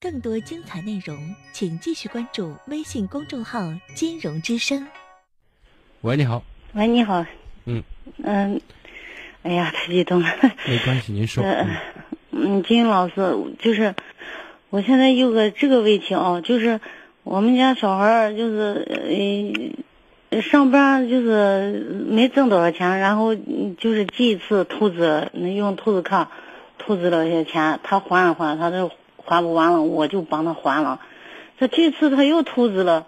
更多精彩内容，请继续关注微信公众号“金融之声喂，你好，喂，你好。嗯嗯，哎呀，太激动了。没关系，您说。呃嗯嗯，金老师，就是我现在有个这个问题啊，就是我们家小孩儿就是呃上班就是没挣多少钱，然后嗯就是记一次兔子，那用兔子卡兔子了些钱，他还了还，他都还不完了，我就帮他还了。他这次他又兔子了，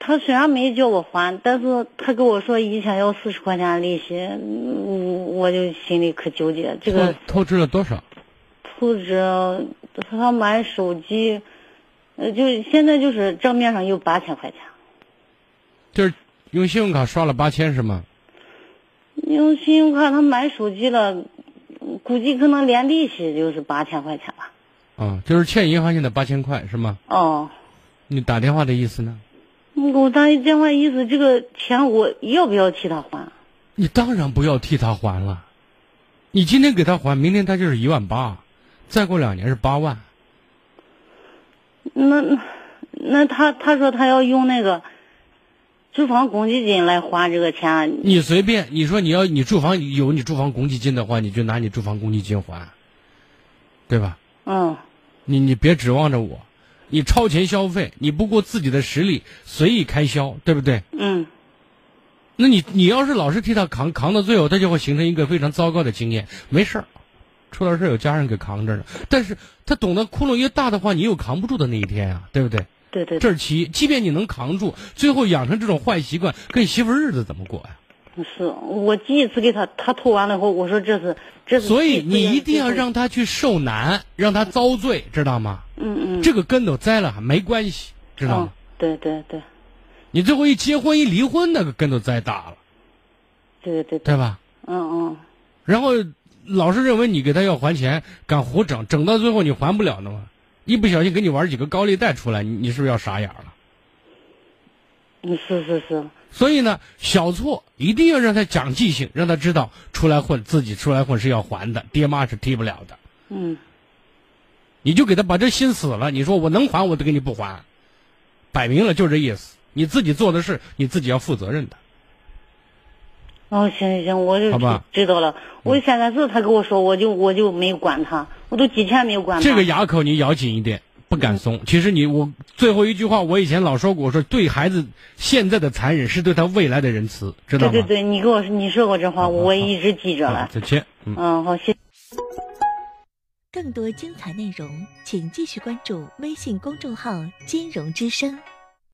他虽然没叫我还，但是他跟我说一天要四十块钱利息，嗯我就心里可纠结。这个透透支了多少？兔子，他买手机，呃，就现在就是账面上有八千块钱，就是用信用卡刷了八千是吗？用信用卡他买手机了，估计可能连利息就是八千块钱吧。啊，就是欠银行现在八千块是吗？哦，你打电话的意思呢？你给我打一电话意思，这个钱我要不要替他还？你当然不要替他还了，你今天给他还，明天他就是一万八，再过两年是八万。那那那他他说他要用那个住房公积金来还这个钱，你随便，你说你要你住房有你住房公积金的话，你就拿你住房公积金还，对吧？嗯你你别指望着我，你超前消费，你不顾自己的实力随意开销，对不对？嗯那你你要是老是替他扛扛到最后，他就会形成一个非常糟糕的经验。没事儿，出了事儿有家人给扛着呢。但是他懂得窟窿越大的话，你有扛不住的那一天啊，对不对？对这对对，是其一。即便你能扛住，最后养成这种坏习惯，跟媳妇儿日子怎么过呀、是我第一次给他他吐完了以后，我说这是这是所以第次你一定要这是让他去受难，让他遭罪，知道吗？嗯嗯，这个跟头栽了没关系，知道嗯吗？，对对对你最后一结婚一离婚，那个跟头栽大了，对对对，对吧？嗯嗯，然后老是认为你给他要还钱，敢胡整，整到最后你还不了的嘛，一不小心给你玩几个高利贷出来，你你是不是要傻眼了？嗯是是是，所以呢，小错一定要让他长记性，让他知道出来混，自己出来混是要还的，爹妈是替不了的。嗯你就给他把这心死了，你说我能还我都给你不还，摆明了就这意思。你自己做的事，你自己要负责任的。哦行行行，我就好吧嗯知道了。我现在是他跟我说，我就我就没管他，我都几天没有管他。这个牙口你咬紧一点，不敢松。其实你我最后一句话，我以前老说过，我说对孩子现在的残忍是对他未来的仁慈，知道对吗？对对，你跟我说你说过这话，好我一直记着好了。再见。嗯。嗯，好，谢谢。”。更多精彩内容，请继续关注微信公众号“金融之声”。